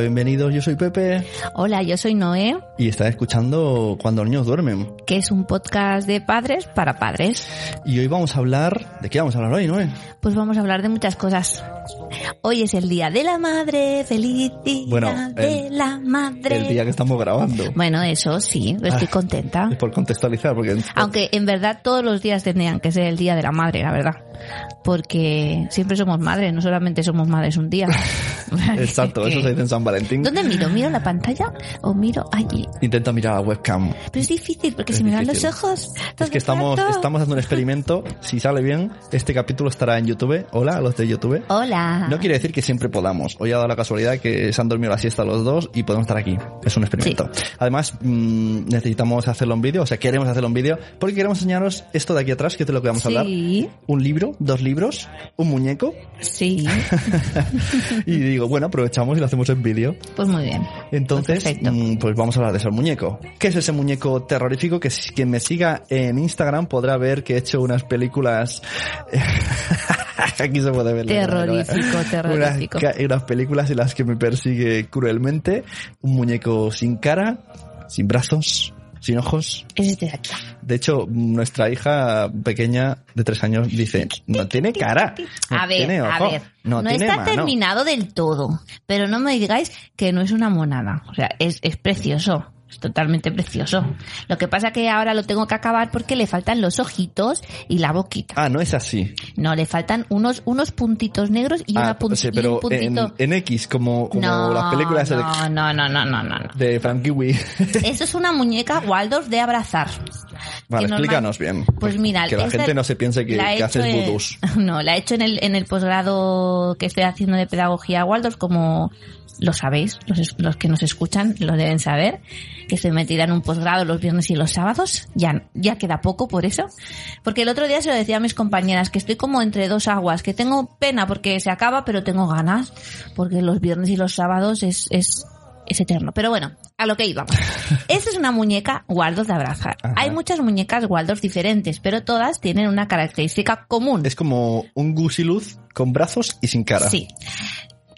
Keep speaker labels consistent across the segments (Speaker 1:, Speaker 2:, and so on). Speaker 1: bienvenidos. Yo soy Pepe
Speaker 2: Hola, yo soy Noé,
Speaker 1: y están escuchando Cuando los niños duermen.
Speaker 2: que es un podcast de padres para padres.
Speaker 1: Y hoy vamos a hablar... ¿De qué vamos a hablar hoy, Noé?
Speaker 2: Pues vamos a hablar de muchas cosas. Hoy es el Día de la Madre, feliz Día
Speaker 1: Bueno,
Speaker 2: de
Speaker 1: el-
Speaker 2: la Madre.
Speaker 1: El día que estamos grabando.
Speaker 2: Bueno, eso sí, estoy
Speaker 1: Ah.
Speaker 2: contenta.
Speaker 1: Es por contextualizar, porque...
Speaker 2: Aunque en verdad todos los días tendrían que ser el Día de la Madre, la verdad. Porque siempre somos madres, no solamente somos madres un día.
Speaker 1: Exacto, eso se dice en San Valentín.
Speaker 2: ¿Dónde miro? ¿Miro la pantalla o miro allí?
Speaker 1: Intenta mirar la webcam.
Speaker 2: Pero es difícil porque
Speaker 1: Es
Speaker 2: si me dan los
Speaker 1: difícil.
Speaker 2: ojos.
Speaker 1: Es
Speaker 2: todo
Speaker 1: que estamos,
Speaker 2: el rato.
Speaker 1: estamos haciendo un experimento. Si sale bien, este capítulo estará en YouTube. Hola a los de YouTube.
Speaker 2: Hola.
Speaker 1: No quiere decir que siempre podamos. Hoy ha dado la casualidad que se han dormido la siesta los dos y podemos estar aquí. Es un experimento. Además, mm, necesitamos hacerlo en vídeo, o sea, queremos hacerlo en vídeo porque queremos enseñaros esto de aquí atrás, que es de lo que vamos a hablar.
Speaker 2: Sí,
Speaker 1: Un libro, dos libros, un muñeco.
Speaker 2: sí.
Speaker 1: y digo, bueno, aprovechamos y lo hacemos en vídeo.
Speaker 2: Pues muy bien.
Speaker 1: Entonces,
Speaker 2: Perfecto.
Speaker 1: mm, pues vamos a hablar de ese muñeco. ¿Qué es ese muñeco terrorífico? Que si- quien me siga en Instagram podrá ver que he hecho unas películas... Aquí se puede ver. la verdad, ¿no?
Speaker 2: Terrorífico, terrorífico.
Speaker 1: Unas, ca- unas películas en las que me persigue cruelmente un muñeco sin cara, sin brazos, sin ojos.
Speaker 2: Es este de aquí.
Speaker 1: De hecho, nuestra hija pequeña de tres años dice, no tiene cara. no
Speaker 2: A ver,
Speaker 1: tiene
Speaker 2: a
Speaker 1: ojo,
Speaker 2: ver.
Speaker 1: No, tiene
Speaker 2: está
Speaker 1: mano".
Speaker 2: terminado del todo. Pero no me digáis que no es una monada. O sea, es, es precioso. Es totalmente precioso. Lo que pasa que ahora lo tengo que acabar porque le faltan los ojitos y la boquita.
Speaker 1: Ah, no es así.
Speaker 2: No, le faltan unos, unos puntitos negros y,
Speaker 1: Ah,
Speaker 2: una pun-
Speaker 1: o sea,
Speaker 2: y
Speaker 1: pero
Speaker 2: un puntito.
Speaker 1: En, en X, como, como
Speaker 2: no,
Speaker 1: las películas de-
Speaker 2: no, no, no, no, no, no, no.
Speaker 1: de Frankie Wee.
Speaker 2: Eso es una muñeca Waldorf de abrazar.
Speaker 1: Vale,
Speaker 2: Que normal-
Speaker 1: explícanos bien.
Speaker 2: Pues mira,
Speaker 1: Que la
Speaker 2: esta-
Speaker 1: gente no se piense que,
Speaker 2: la he
Speaker 1: que
Speaker 2: hecho
Speaker 1: haces
Speaker 2: en-
Speaker 1: vudús.
Speaker 2: No, la he hecho en el, en el posgrado que estoy haciendo de pedagogía Waldorf, como lo sabéis, los, es- los que nos escuchan lo deben saber, que estoy metida en un posgrado los viernes y los sábados, ya, ya queda poco por eso, porque el otro día se lo decía a mis compañeras, que estoy como entre dos aguas, que tengo pena porque se acaba, pero tengo ganas, porque los viernes y los sábados es... es es eterno. Pero bueno, a lo que íbamos. Esta es una muñeca Waldorf de abrazar.
Speaker 1: Ajá.
Speaker 2: Hay muchas muñecas Waldorf diferentes, pero todas tienen una característica común.
Speaker 1: Es como un gusiluz con brazos y sin cara.
Speaker 2: Sí.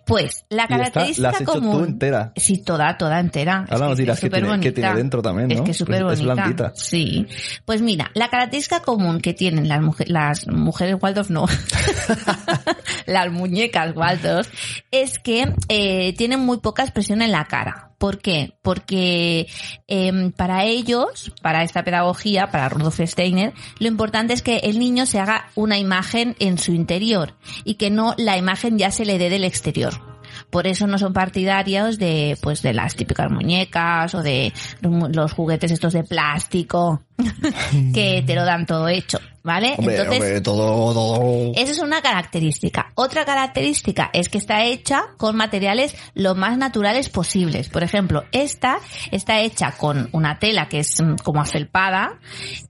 Speaker 2: Pues la
Speaker 1: Y esta la
Speaker 2: característica
Speaker 1: has hecho
Speaker 2: común.
Speaker 1: tú entera. Ah,
Speaker 2: Sí, toda, toda entera.
Speaker 1: Ahora nos
Speaker 2: es que
Speaker 1: dirás
Speaker 2: es
Speaker 1: qué tiene, qué
Speaker 2: superbonita.
Speaker 1: tiene dentro también, ¿no?
Speaker 2: Es que es súper
Speaker 1: Pues
Speaker 2: bonita.
Speaker 1: es blandita.
Speaker 2: Sí. Pues mira, la característica común que tienen las, mujer- las mujeres Waldorf, no. las muñecas Waldorf, es que eh, tienen muy poca expresión en la cara. ¿Por qué? Porque em, para ellos, para esta pedagogía, para Rudolf Steiner, lo importante es que el niño se haga una imagen en su interior y que no la imagen ya se le dé del exterior. Por eso no son partidarios de, pues, de las típicas muñecas o de los juguetes estos de plástico que te lo dan todo hecho, ¿vale?
Speaker 1: Hombre,
Speaker 2: Entonces,
Speaker 1: hombre, todo, todo.
Speaker 2: esa es una característica. Otra característica es que está hecha con materiales lo más naturales posibles. Por ejemplo, esta está hecha con una tela que es mm, como afelpada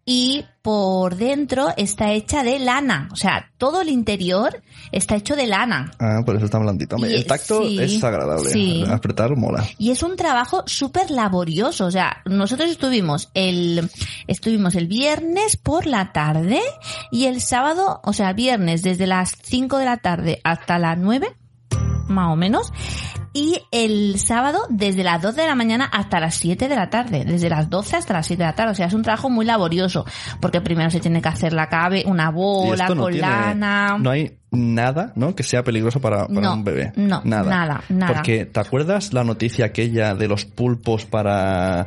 Speaker 2: y por dentro está hecha de lana. O sea, todo el interior está hecho de lana.
Speaker 1: Ah, por eso está blandito. Hombre,
Speaker 2: Y-
Speaker 1: el tacto
Speaker 2: sí,
Speaker 1: es agradable.
Speaker 2: sí.
Speaker 1: Apretar mola.
Speaker 2: y es un trabajo súper laborioso. O sea, nosotros estuvimos el, estuvimos el viernes por la tarde y el sábado, o sea, viernes desde las 5 de la tarde hasta las 9, más o menos. Y el sábado desde las 12 de la mañana hasta las 7 de la tarde. Desde las 12 hasta las 7 de la tarde. O sea, es un trabajo muy laborioso. Porque primero se tiene que hacer la cabe, una
Speaker 1: Y
Speaker 2: bola
Speaker 1: esto no
Speaker 2: con
Speaker 1: tiene-
Speaker 2: lana.
Speaker 1: No hay nada, ¿no? Que sea peligroso para, para
Speaker 2: No,
Speaker 1: un bebé.
Speaker 2: no,
Speaker 1: nada.
Speaker 2: nada, nada.
Speaker 1: Porque, ¿te acuerdas la noticia aquella de los pulpos para.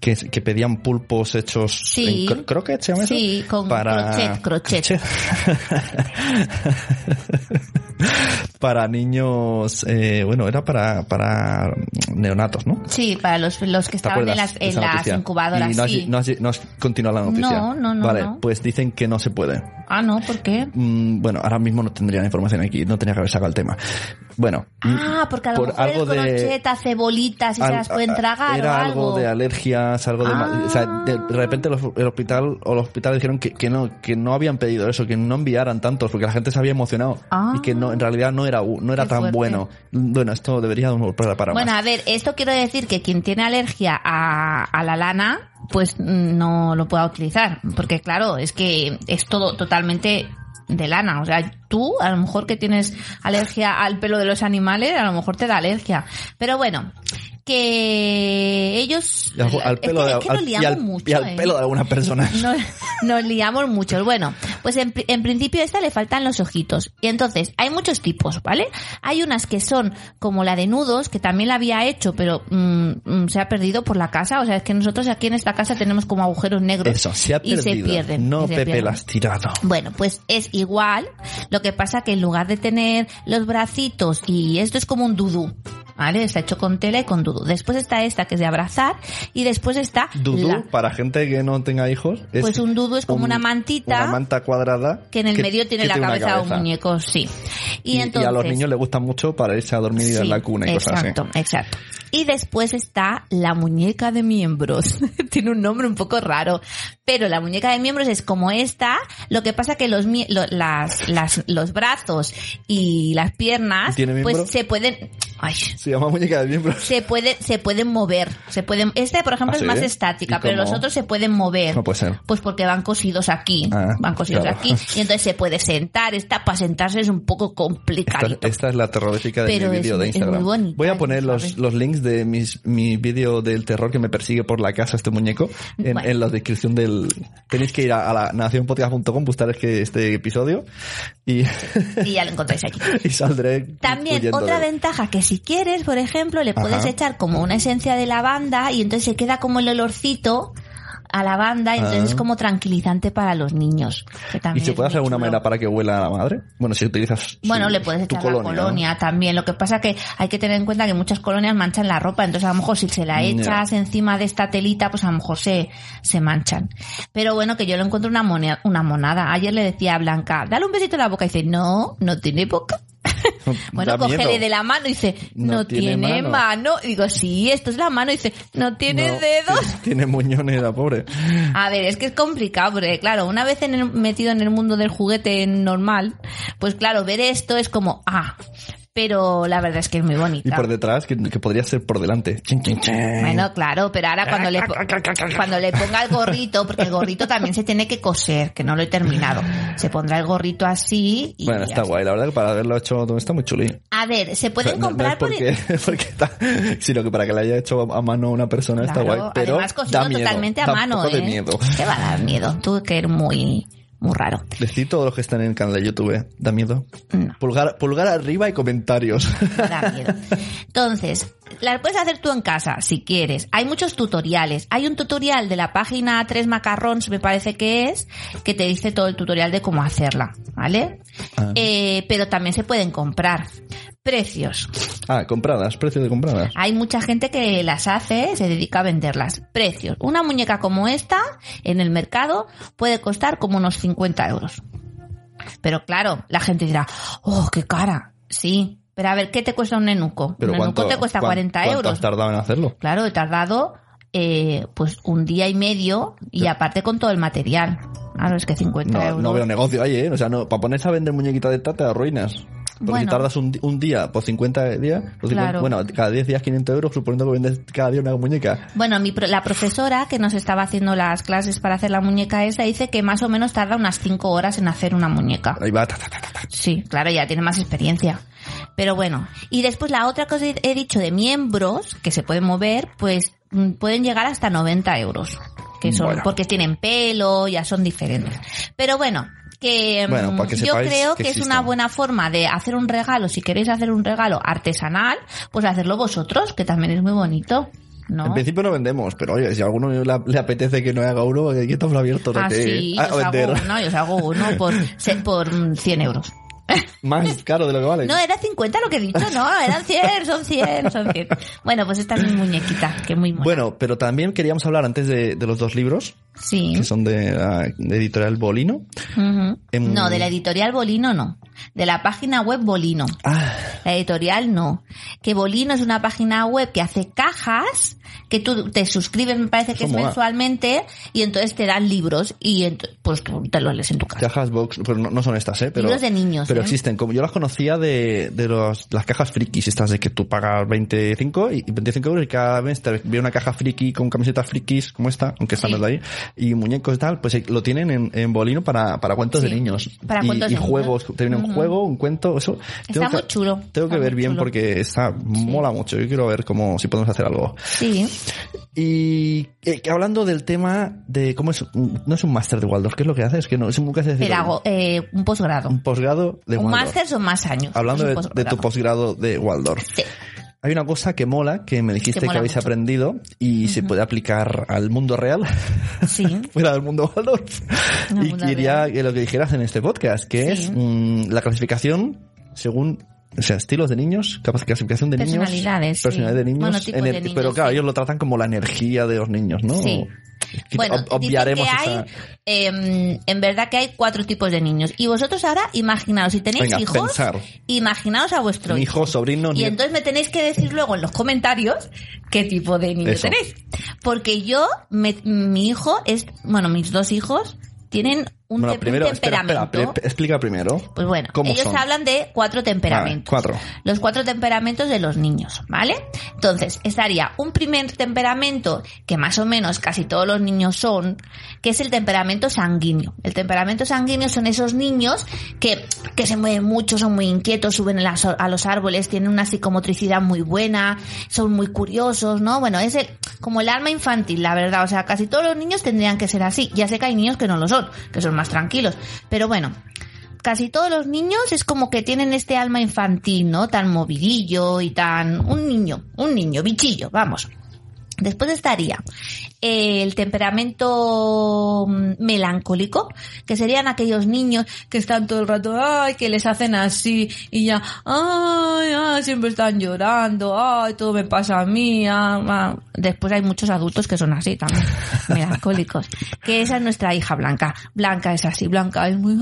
Speaker 1: que, que pedían pulpos hechos.
Speaker 2: Sí.
Speaker 1: en cro- ¿Croquet se llama eso?
Speaker 2: Sí, con crochet, crochet.
Speaker 1: para niños. eh, bueno, era para, para neonatos, ¿no?
Speaker 2: Sí, para los, los que
Speaker 1: ¿Te
Speaker 2: estaban en
Speaker 1: acuerdas?
Speaker 2: las,
Speaker 1: de
Speaker 2: en
Speaker 1: esa
Speaker 2: las
Speaker 1: noticia?
Speaker 2: incubadoras.
Speaker 1: Y no has,
Speaker 2: sí.
Speaker 1: no has- no has continuado la noticia.
Speaker 2: No, no, no,
Speaker 1: Vale,
Speaker 2: no.
Speaker 1: pues dicen que no se puede.
Speaker 2: Ah, no, ¿por qué?
Speaker 1: Mm, bueno, ahora mismo no tendría la información aquí, no tenía que haber sacado el tema. Bueno,
Speaker 2: Ah, porque a lo
Speaker 1: Por
Speaker 2: mejor
Speaker 1: algo
Speaker 2: el
Speaker 1: de-
Speaker 2: crochet hace bolitas y se
Speaker 1: al-
Speaker 2: las pueden tragar
Speaker 1: era
Speaker 2: o
Speaker 1: algo
Speaker 2: algo.
Speaker 1: de alergias, algo de, ma-
Speaker 2: Ah.
Speaker 1: o sea, de repente los- el hospital o los hospitales dijeron que, que no que no habían pedido eso, que no enviaran tantos porque la gente se había emocionado
Speaker 2: Ah.
Speaker 1: y que no en realidad no era u- no era
Speaker 2: Qué
Speaker 1: tan
Speaker 2: fuerte.
Speaker 1: bueno. Bueno, esto debería de un para para
Speaker 2: bueno,
Speaker 1: más.
Speaker 2: a ver, esto quiero decir que quien tiene alergia a, a la lana, pues mm, no lo pueda utilizar. Porque claro, es que es todo totalmente de lana. O sea, tú, a lo mejor que tienes alergia al pelo de los animales, a lo mejor te da alergia. Pero bueno, que ellos...
Speaker 1: Y al, al pelo
Speaker 2: es que,
Speaker 1: de-
Speaker 2: es que nos
Speaker 1: al- y
Speaker 2: liamos
Speaker 1: al-
Speaker 2: mucho,
Speaker 1: y al
Speaker 2: ¿eh?
Speaker 1: pelo de algunas personas.
Speaker 2: Nos, nos liamos mucho. Bueno, pues en, pri- en principio a esta le faltan los ojitos. Y entonces, hay muchos tipos, ¿vale? Hay unas que son como la de nudos, que también la había hecho, pero mm, mm, se ha perdido por la casa. O sea, es que nosotros aquí en esta casa tenemos como agujeros negros.
Speaker 1: Eso, se ha
Speaker 2: y
Speaker 1: perdido.
Speaker 2: se pierden.
Speaker 1: no,
Speaker 2: y se
Speaker 1: Pepe,
Speaker 2: pierden.
Speaker 1: la has tirado.
Speaker 2: Bueno, pues es igual, lo que pasa que en lugar de tener los bracitos y esto es como un dudú, ¿vale? Está hecho con tela y con dudú. Después está esta que es de abrazar y después está
Speaker 1: Dudú,
Speaker 2: la-
Speaker 1: para gente que no tenga hijos, es
Speaker 2: pues un dudú es como
Speaker 1: un-
Speaker 2: una mantita
Speaker 1: una manta cuadrada
Speaker 2: que en el medio tiene
Speaker 1: que
Speaker 2: la
Speaker 1: una
Speaker 2: cabeza, de un muñeco, sí. Y,
Speaker 1: Y, y
Speaker 2: entonces
Speaker 1: a los niños les gusta mucho para irse a dormir y a
Speaker 2: Sí,
Speaker 1: la cuna y cosas así.
Speaker 2: exacto, Exacto, Y después está la muñeca de miembros. Tiene un nombre un poco raro, pero la muñeca de miembros es como esta, lo que pasa que los mie- lo- las, las- los brazos y las piernas
Speaker 1: ¿Tiene miembro?
Speaker 2: pues se pueden ay,
Speaker 1: Se llama muñeca de miembros.
Speaker 2: se puede se pueden mover, se pueden Esta, por ejemplo,
Speaker 1: ¿Ah,
Speaker 2: es
Speaker 1: sí?
Speaker 2: más estática,
Speaker 1: ¿Y
Speaker 2: pero
Speaker 1: cómo?
Speaker 2: los otros se pueden mover.
Speaker 1: No puede ser.
Speaker 2: Pues porque van cosidos aquí,
Speaker 1: Ah,
Speaker 2: van cosidos
Speaker 1: claro.
Speaker 2: aquí, y entonces se puede sentar. Esta para sentarse es un poco
Speaker 1: Esta,
Speaker 2: complicadito.
Speaker 1: esta es la terrorífica de
Speaker 2: Pero
Speaker 1: mi
Speaker 2: es
Speaker 1: vídeo
Speaker 2: muy-
Speaker 1: de
Speaker 2: es
Speaker 1: Instagram.
Speaker 2: muy bonita,
Speaker 1: Voy a poner los,
Speaker 2: ¿sabes?
Speaker 1: los links de mis, mi vídeo del terror que me persigue por la casa este muñeco en,
Speaker 2: Bueno.
Speaker 1: en la descripción del... Tenéis que ir a, a la nacionpodcast.com, buscar este, este episodio y,
Speaker 2: Y ya lo encontráis aquí.
Speaker 1: y saldré
Speaker 2: También
Speaker 1: huyendo
Speaker 2: otra
Speaker 1: de él.
Speaker 2: ventaja que si quieres, por ejemplo, le
Speaker 1: Ajá.
Speaker 2: puedes echar como una esencia de lavanda y entonces se queda como el olorcito a lavanda y entonces
Speaker 1: Ah.
Speaker 2: es como tranquilizante para los niños. que
Speaker 1: ¿Y
Speaker 2: también
Speaker 1: se
Speaker 2: es
Speaker 1: puede
Speaker 2: muy
Speaker 1: hacer alguna
Speaker 2: chulo.
Speaker 1: manera para que huela a la madre? Bueno, si utilizas su-
Speaker 2: Bueno, le puedes
Speaker 1: tu
Speaker 2: echar
Speaker 1: colonia.
Speaker 2: la
Speaker 1: ¿no?
Speaker 2: colonia también. Lo que pasa que hay que tener en cuenta que muchas colonias manchan la ropa, entonces a lo mejor si se la
Speaker 1: Ya.
Speaker 2: echas encima de esta telita, pues a lo mejor se, se manchan. Pero bueno, que yo lo encuentro una moneda, una monada. Ayer le decía a Blanca, dale un besito en la boca. Y dice, no, no tiene boca. Bueno,
Speaker 1: Da
Speaker 2: cógele
Speaker 1: miedo.
Speaker 2: de la mano y dice, no,
Speaker 1: No
Speaker 2: tiene,
Speaker 1: tiene
Speaker 2: mano.
Speaker 1: mano".
Speaker 2: Y digo, sí, esto es la mano. Y dice, no tiene
Speaker 1: No,
Speaker 2: dedos.
Speaker 1: Tiene, tiene muñones, la pobre.
Speaker 2: A ver, es que es complicado, porque claro, una vez en el- metido en el mundo del juguete normal, pues claro, ver esto es como, ah, pero la verdad es que es muy bonita.
Speaker 1: Y por detrás, que, que podría ser por delante. Chin, chin, chin.
Speaker 2: Bueno, claro, pero ahora cuando le, po- cuando le ponga el gorrito, porque el gorrito también se tiene que coser, que no lo he terminado. Se pondrá el gorrito así y
Speaker 1: Bueno,
Speaker 2: ya
Speaker 1: está guay, la verdad que para haberlo hecho todo está muy chulí.
Speaker 2: A ver, se
Speaker 1: O
Speaker 2: pueden
Speaker 1: sea, no-
Speaker 2: comprar
Speaker 1: no,
Speaker 2: por...
Speaker 1: es porque, porque está, sino que para que la haya hecho a a mano una persona está
Speaker 2: Claro,
Speaker 1: guay, pero
Speaker 2: además cosido
Speaker 1: da miedo,
Speaker 2: totalmente a
Speaker 1: da un
Speaker 2: mano,
Speaker 1: poco
Speaker 2: ¿eh?
Speaker 1: de miedo.
Speaker 2: Te va a dar miedo, tú que eres muy, muy raro.
Speaker 1: Decid todos los que están en el canal de YouTube, ¿eh? da miedo.
Speaker 2: No.
Speaker 1: Pulgar, pulgar arriba y comentarios.
Speaker 2: Me da miedo. Entonces, la puedes hacer tú en casa si quieres. Hay muchos tutoriales. Hay un tutorial de la página 3 Macarrons, me parece que es, que te dice todo el tutorial de cómo hacerla, ¿vale?
Speaker 1: Ah.
Speaker 2: Eh, pero también se pueden comprar. Precios.
Speaker 1: Ah, compradas, precio de compradas.
Speaker 2: Hay mucha gente que las hace, se dedica a venderlas. Precios. Una muñeca como esta, en el mercado, puede costar como unos 50 euros. Pero claro, la gente dirá, oh, qué cara. Sí. Pero a ver, ¿qué te cuesta un nenuco?
Speaker 1: Pero
Speaker 2: un
Speaker 1: ¿cuánto,
Speaker 2: nenuco te cuesta
Speaker 1: cuán-
Speaker 2: 40
Speaker 1: cuánto
Speaker 2: euros.
Speaker 1: has tardado en hacerlo?
Speaker 2: Claro, he tardado eh, pues un día y medio y aparte con todo el material. Claro, es que 50
Speaker 1: No,
Speaker 2: euros.
Speaker 1: no veo negocio ahí, ¿eh? O sea, no, para ponerse a vender muñequita de tata, arruinas. Porque
Speaker 2: Bueno.
Speaker 1: si tardas un, di- un día por 50 días, por 50
Speaker 2: Claro.
Speaker 1: bueno, cada 10 días 500 euros, suponiendo que vendes cada día una muñeca.
Speaker 2: Bueno, mi pro- la profesora que nos estaba haciendo las clases para hacer la muñeca esa dice que más o menos tarda unas 5 horas en hacer una muñeca.
Speaker 1: Ahí va, ta, ta, ta, ta, ta.
Speaker 2: Sí, claro, ya tiene más experiencia. Pero bueno, y después la otra cosa que he dicho de miembros que se pueden mover, pues mm, pueden llegar hasta 90 euros. Que son,
Speaker 1: Bueno.
Speaker 2: porque tienen pelo, ya son diferentes. Pero bueno, que, mm,
Speaker 1: Bueno, para que
Speaker 2: yo
Speaker 1: sepáis
Speaker 2: creo que,
Speaker 1: que
Speaker 2: es una
Speaker 1: existen.
Speaker 2: buena forma de hacer un regalo. Si queréis hacer un regalo artesanal, pues hacerlo vosotros, que también es muy bonito. ¿No?
Speaker 1: En principio no vendemos, pero oye, si a alguno le, le apetece que no haga uno, aquí estamos abiertos a,
Speaker 2: Ah,
Speaker 1: que-
Speaker 2: sí,
Speaker 1: a
Speaker 2: yo os
Speaker 1: vender.
Speaker 2: hago uno, yo os hago uno por, se- por mm, 100 euros.
Speaker 1: Más caro de lo que vale.
Speaker 2: No, era 50 lo que he dicho, no, eran 100, son 100, son 100. Bueno, pues esta es mi muñequita, que muy mona.
Speaker 1: bueno, pero también queríamos hablar antes de, de los dos libros,
Speaker 2: sí.
Speaker 1: que son de la editorial Bolino.
Speaker 2: Ujú.
Speaker 1: em-
Speaker 2: No, de la editorial Bolino no, de la página web Bolino.
Speaker 1: Ah,
Speaker 2: La editorial no. Que Bolino es una página web que hace cajas, que tú te suscribes, me parece que
Speaker 1: Eso
Speaker 2: es
Speaker 1: mola.
Speaker 2: mensualmente, y entonces te dan libros y ent- pues tú te los lees en tu casa.
Speaker 1: Cajas box, pues no, no son estas, ¿eh? Pero,
Speaker 2: Libros de niños,
Speaker 1: Pero
Speaker 2: ¿eh?
Speaker 1: existen. Como yo las conocía de, de los, las cajas frikis, estas de que tú pagas 25 y 25 euros y cada mes te viene una caja friki con camisetas frikis como esta, aunque esta
Speaker 2: Sí.
Speaker 1: no es de ahí, y muñecos y tal, pues eh, lo tienen en, en bolino para, para cuentos
Speaker 2: Sí,
Speaker 1: de niños.
Speaker 2: para
Speaker 1: y,
Speaker 2: cuentos
Speaker 1: y
Speaker 2: de
Speaker 1: juegos,
Speaker 2: niños.
Speaker 1: te viene un
Speaker 2: Ujú.
Speaker 1: juego, un cuento, eso.
Speaker 2: Está muy chulo,
Speaker 1: Tengo
Speaker 2: está
Speaker 1: que ver
Speaker 2: muy
Speaker 1: bien
Speaker 2: chulo.
Speaker 1: porque está, mola mucho. Yo quiero ver cómo, si podemos hacer algo.
Speaker 2: Sí.
Speaker 1: Y eh, que hablando del tema de cómo es, no es un máster de Waldorf, ¿qué es lo que hace? Es que no, es un nunca se decirlo.
Speaker 2: Pedago- eh, un posgrado.
Speaker 1: Un posgrado de
Speaker 2: Un
Speaker 1: Waldorf.
Speaker 2: máster son más años.
Speaker 1: Hablando
Speaker 2: Es
Speaker 1: de,
Speaker 2: un
Speaker 1: de tu posgrado
Speaker 2: posgrado.
Speaker 1: de Waldorf.
Speaker 2: Sí.
Speaker 1: Hay una cosa que mola, que me dijiste que,
Speaker 2: mola
Speaker 1: habéis
Speaker 2: mucho.
Speaker 1: aprendido y se puede aplicar al mundo real,
Speaker 2: Sí.
Speaker 1: fuera del mundo Waldorf.
Speaker 2: Al
Speaker 1: y
Speaker 2: mundo
Speaker 1: quería
Speaker 2: real.
Speaker 1: que lo que dijeras en este podcast, que
Speaker 2: Sí.
Speaker 1: es mm, la clasificación según... O sea, estilos de niños, capac- clasificación de niños.
Speaker 2: Personalidades, sí.
Speaker 1: Personalidades de niños.
Speaker 2: Bueno, tipos de
Speaker 1: ener-
Speaker 2: niños,
Speaker 1: pero claro,
Speaker 2: sí.
Speaker 1: ellos lo tratan como la energía de los niños, ¿no?
Speaker 2: Sí.
Speaker 1: Quit-
Speaker 2: Bueno,
Speaker 1: ob-
Speaker 2: dicen
Speaker 1: obviaremos
Speaker 2: que hay,
Speaker 1: esa-
Speaker 2: em, en verdad que hay cuatro tipos de niños. Y vosotros ahora, imaginaos, si tenéis
Speaker 1: Venga,
Speaker 2: hijos,
Speaker 1: pensar.
Speaker 2: imaginaos a vuestro
Speaker 1: Mi
Speaker 2: hijo.
Speaker 1: hijo, sobrino,
Speaker 2: Y
Speaker 1: nieto.
Speaker 2: entonces me tenéis que decir luego en los comentarios qué tipo de niño
Speaker 1: Eso.
Speaker 2: tenéis. Porque yo, me- mi hijo es, bueno, mis dos hijos tienen un,
Speaker 1: Bueno,
Speaker 2: te- un
Speaker 1: primero, espera,
Speaker 2: temperamento.
Speaker 1: espera, pre- explica primero.
Speaker 2: Pues bueno,
Speaker 1: ¿Cómo
Speaker 2: ellos
Speaker 1: son?
Speaker 2: hablan de cuatro temperamentos.
Speaker 1: Vale, cuatro.
Speaker 2: Los cuatro temperamentos de los niños, ¿vale? Entonces, estaría un primer temperamento, que más o menos casi todos los niños son, que es el temperamento sanguíneo. El temperamento sanguíneo son esos niños que, que se mueven mucho, son muy inquietos, suben a las- a los árboles, tienen una psicomotricidad muy buena, son muy curiosos, ¿no? Bueno, es el, como el alma infantil, la verdad. O sea, casi todos los niños tendrían que ser así. Ya sé que hay niños que no lo son, que son más tranquilos. Pero bueno, casi todos los niños es como que tienen este alma infantil, ¿no? Tan movidillo y tan... Un niño, un niño, bichillo, vamos. Después estaría eh, el temperamento mm, melancólico, que serían aquellos niños que están todo el rato, ay, que les hacen así y ya, ay, ay, siempre están llorando, ay, todo me pasa a mí. ah, ah". Después hay muchos adultos que son así también, melancólicos. Que esa es nuestra hija Blanca. Blanca es así, Blanca es muy,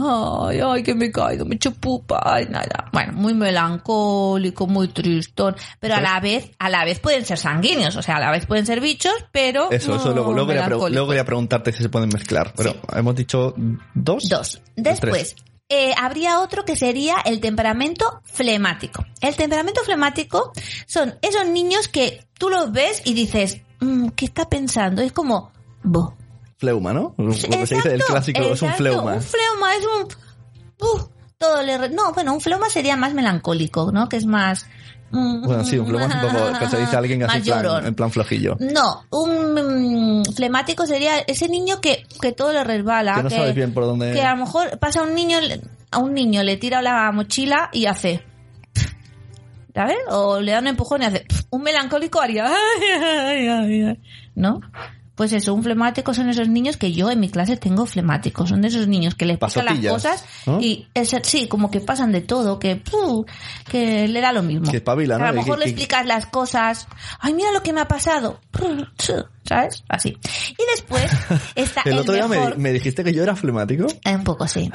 Speaker 2: ay, ay, que me he caído, me he hecho pupa, ay, nada. Bueno, muy melancólico, muy tristón, pero a la vez, a la vez pueden ser sanguíneos, o sea, a la vez pueden ser bichos, pero
Speaker 1: Eso, eso
Speaker 2: no,
Speaker 1: luego, luego, quería, pregu-
Speaker 2: melancólico.
Speaker 1: luego quería preguntarte si se pueden mezclar. Pero
Speaker 2: Sí.
Speaker 1: hemos dicho dos.
Speaker 2: Dos.
Speaker 1: Tres.
Speaker 2: Después, eh, habría otro que sería el temperamento flemático. El temperamento flemático son esos niños que tú los ves y dices, "Mm, ¿qué está pensando? Es como, "Bo".
Speaker 1: Fleuma, ¿no? Lo que se dice el
Speaker 2: Exacto,
Speaker 1: clásico, es un
Speaker 2: exacto,
Speaker 1: fleuma.
Speaker 2: Un fleuma es un... "Buf", todo le re- No, bueno, un fleuma sería más melancólico, ¿no? Que es más... mm,
Speaker 1: Bueno, sí, un fleuma es un poco. que se dice a alguien así
Speaker 2: más
Speaker 1: en plan,
Speaker 2: llorón.
Speaker 1: en plan flojillo.
Speaker 2: No, un mm, flemático sería ese niño que, que todo le resbala.
Speaker 1: Que no sabes bien por dónde-
Speaker 2: Que a lo mejor pasa un niño, le- a un niño le tira la mochila y hace. ¿Sabes? O le da un empujón y hace. Un melancólico haría. "Ay, ay, ay, ay", ¿No? Pues eso, un flemático son esos niños que yo en mi clase tengo flemáticos. Son de esos niños que les pasan las
Speaker 1: Pasotillas,
Speaker 2: cosas
Speaker 1: ¿no?
Speaker 2: y es- sí, como que pasan de todo, que, ¡puf! que le da lo mismo.
Speaker 1: Que espabila, ¿no?
Speaker 2: A
Speaker 1: Que-
Speaker 2: lo mejor le
Speaker 1: que-
Speaker 2: explicas las cosas. Ay, mira lo que me ha pasado. ¿Sabes? Así. Y después está
Speaker 1: El,
Speaker 2: el,
Speaker 1: otro día
Speaker 2: mejor.
Speaker 1: me, me dijiste que yo era flemático.
Speaker 2: Eh, Un poco sí.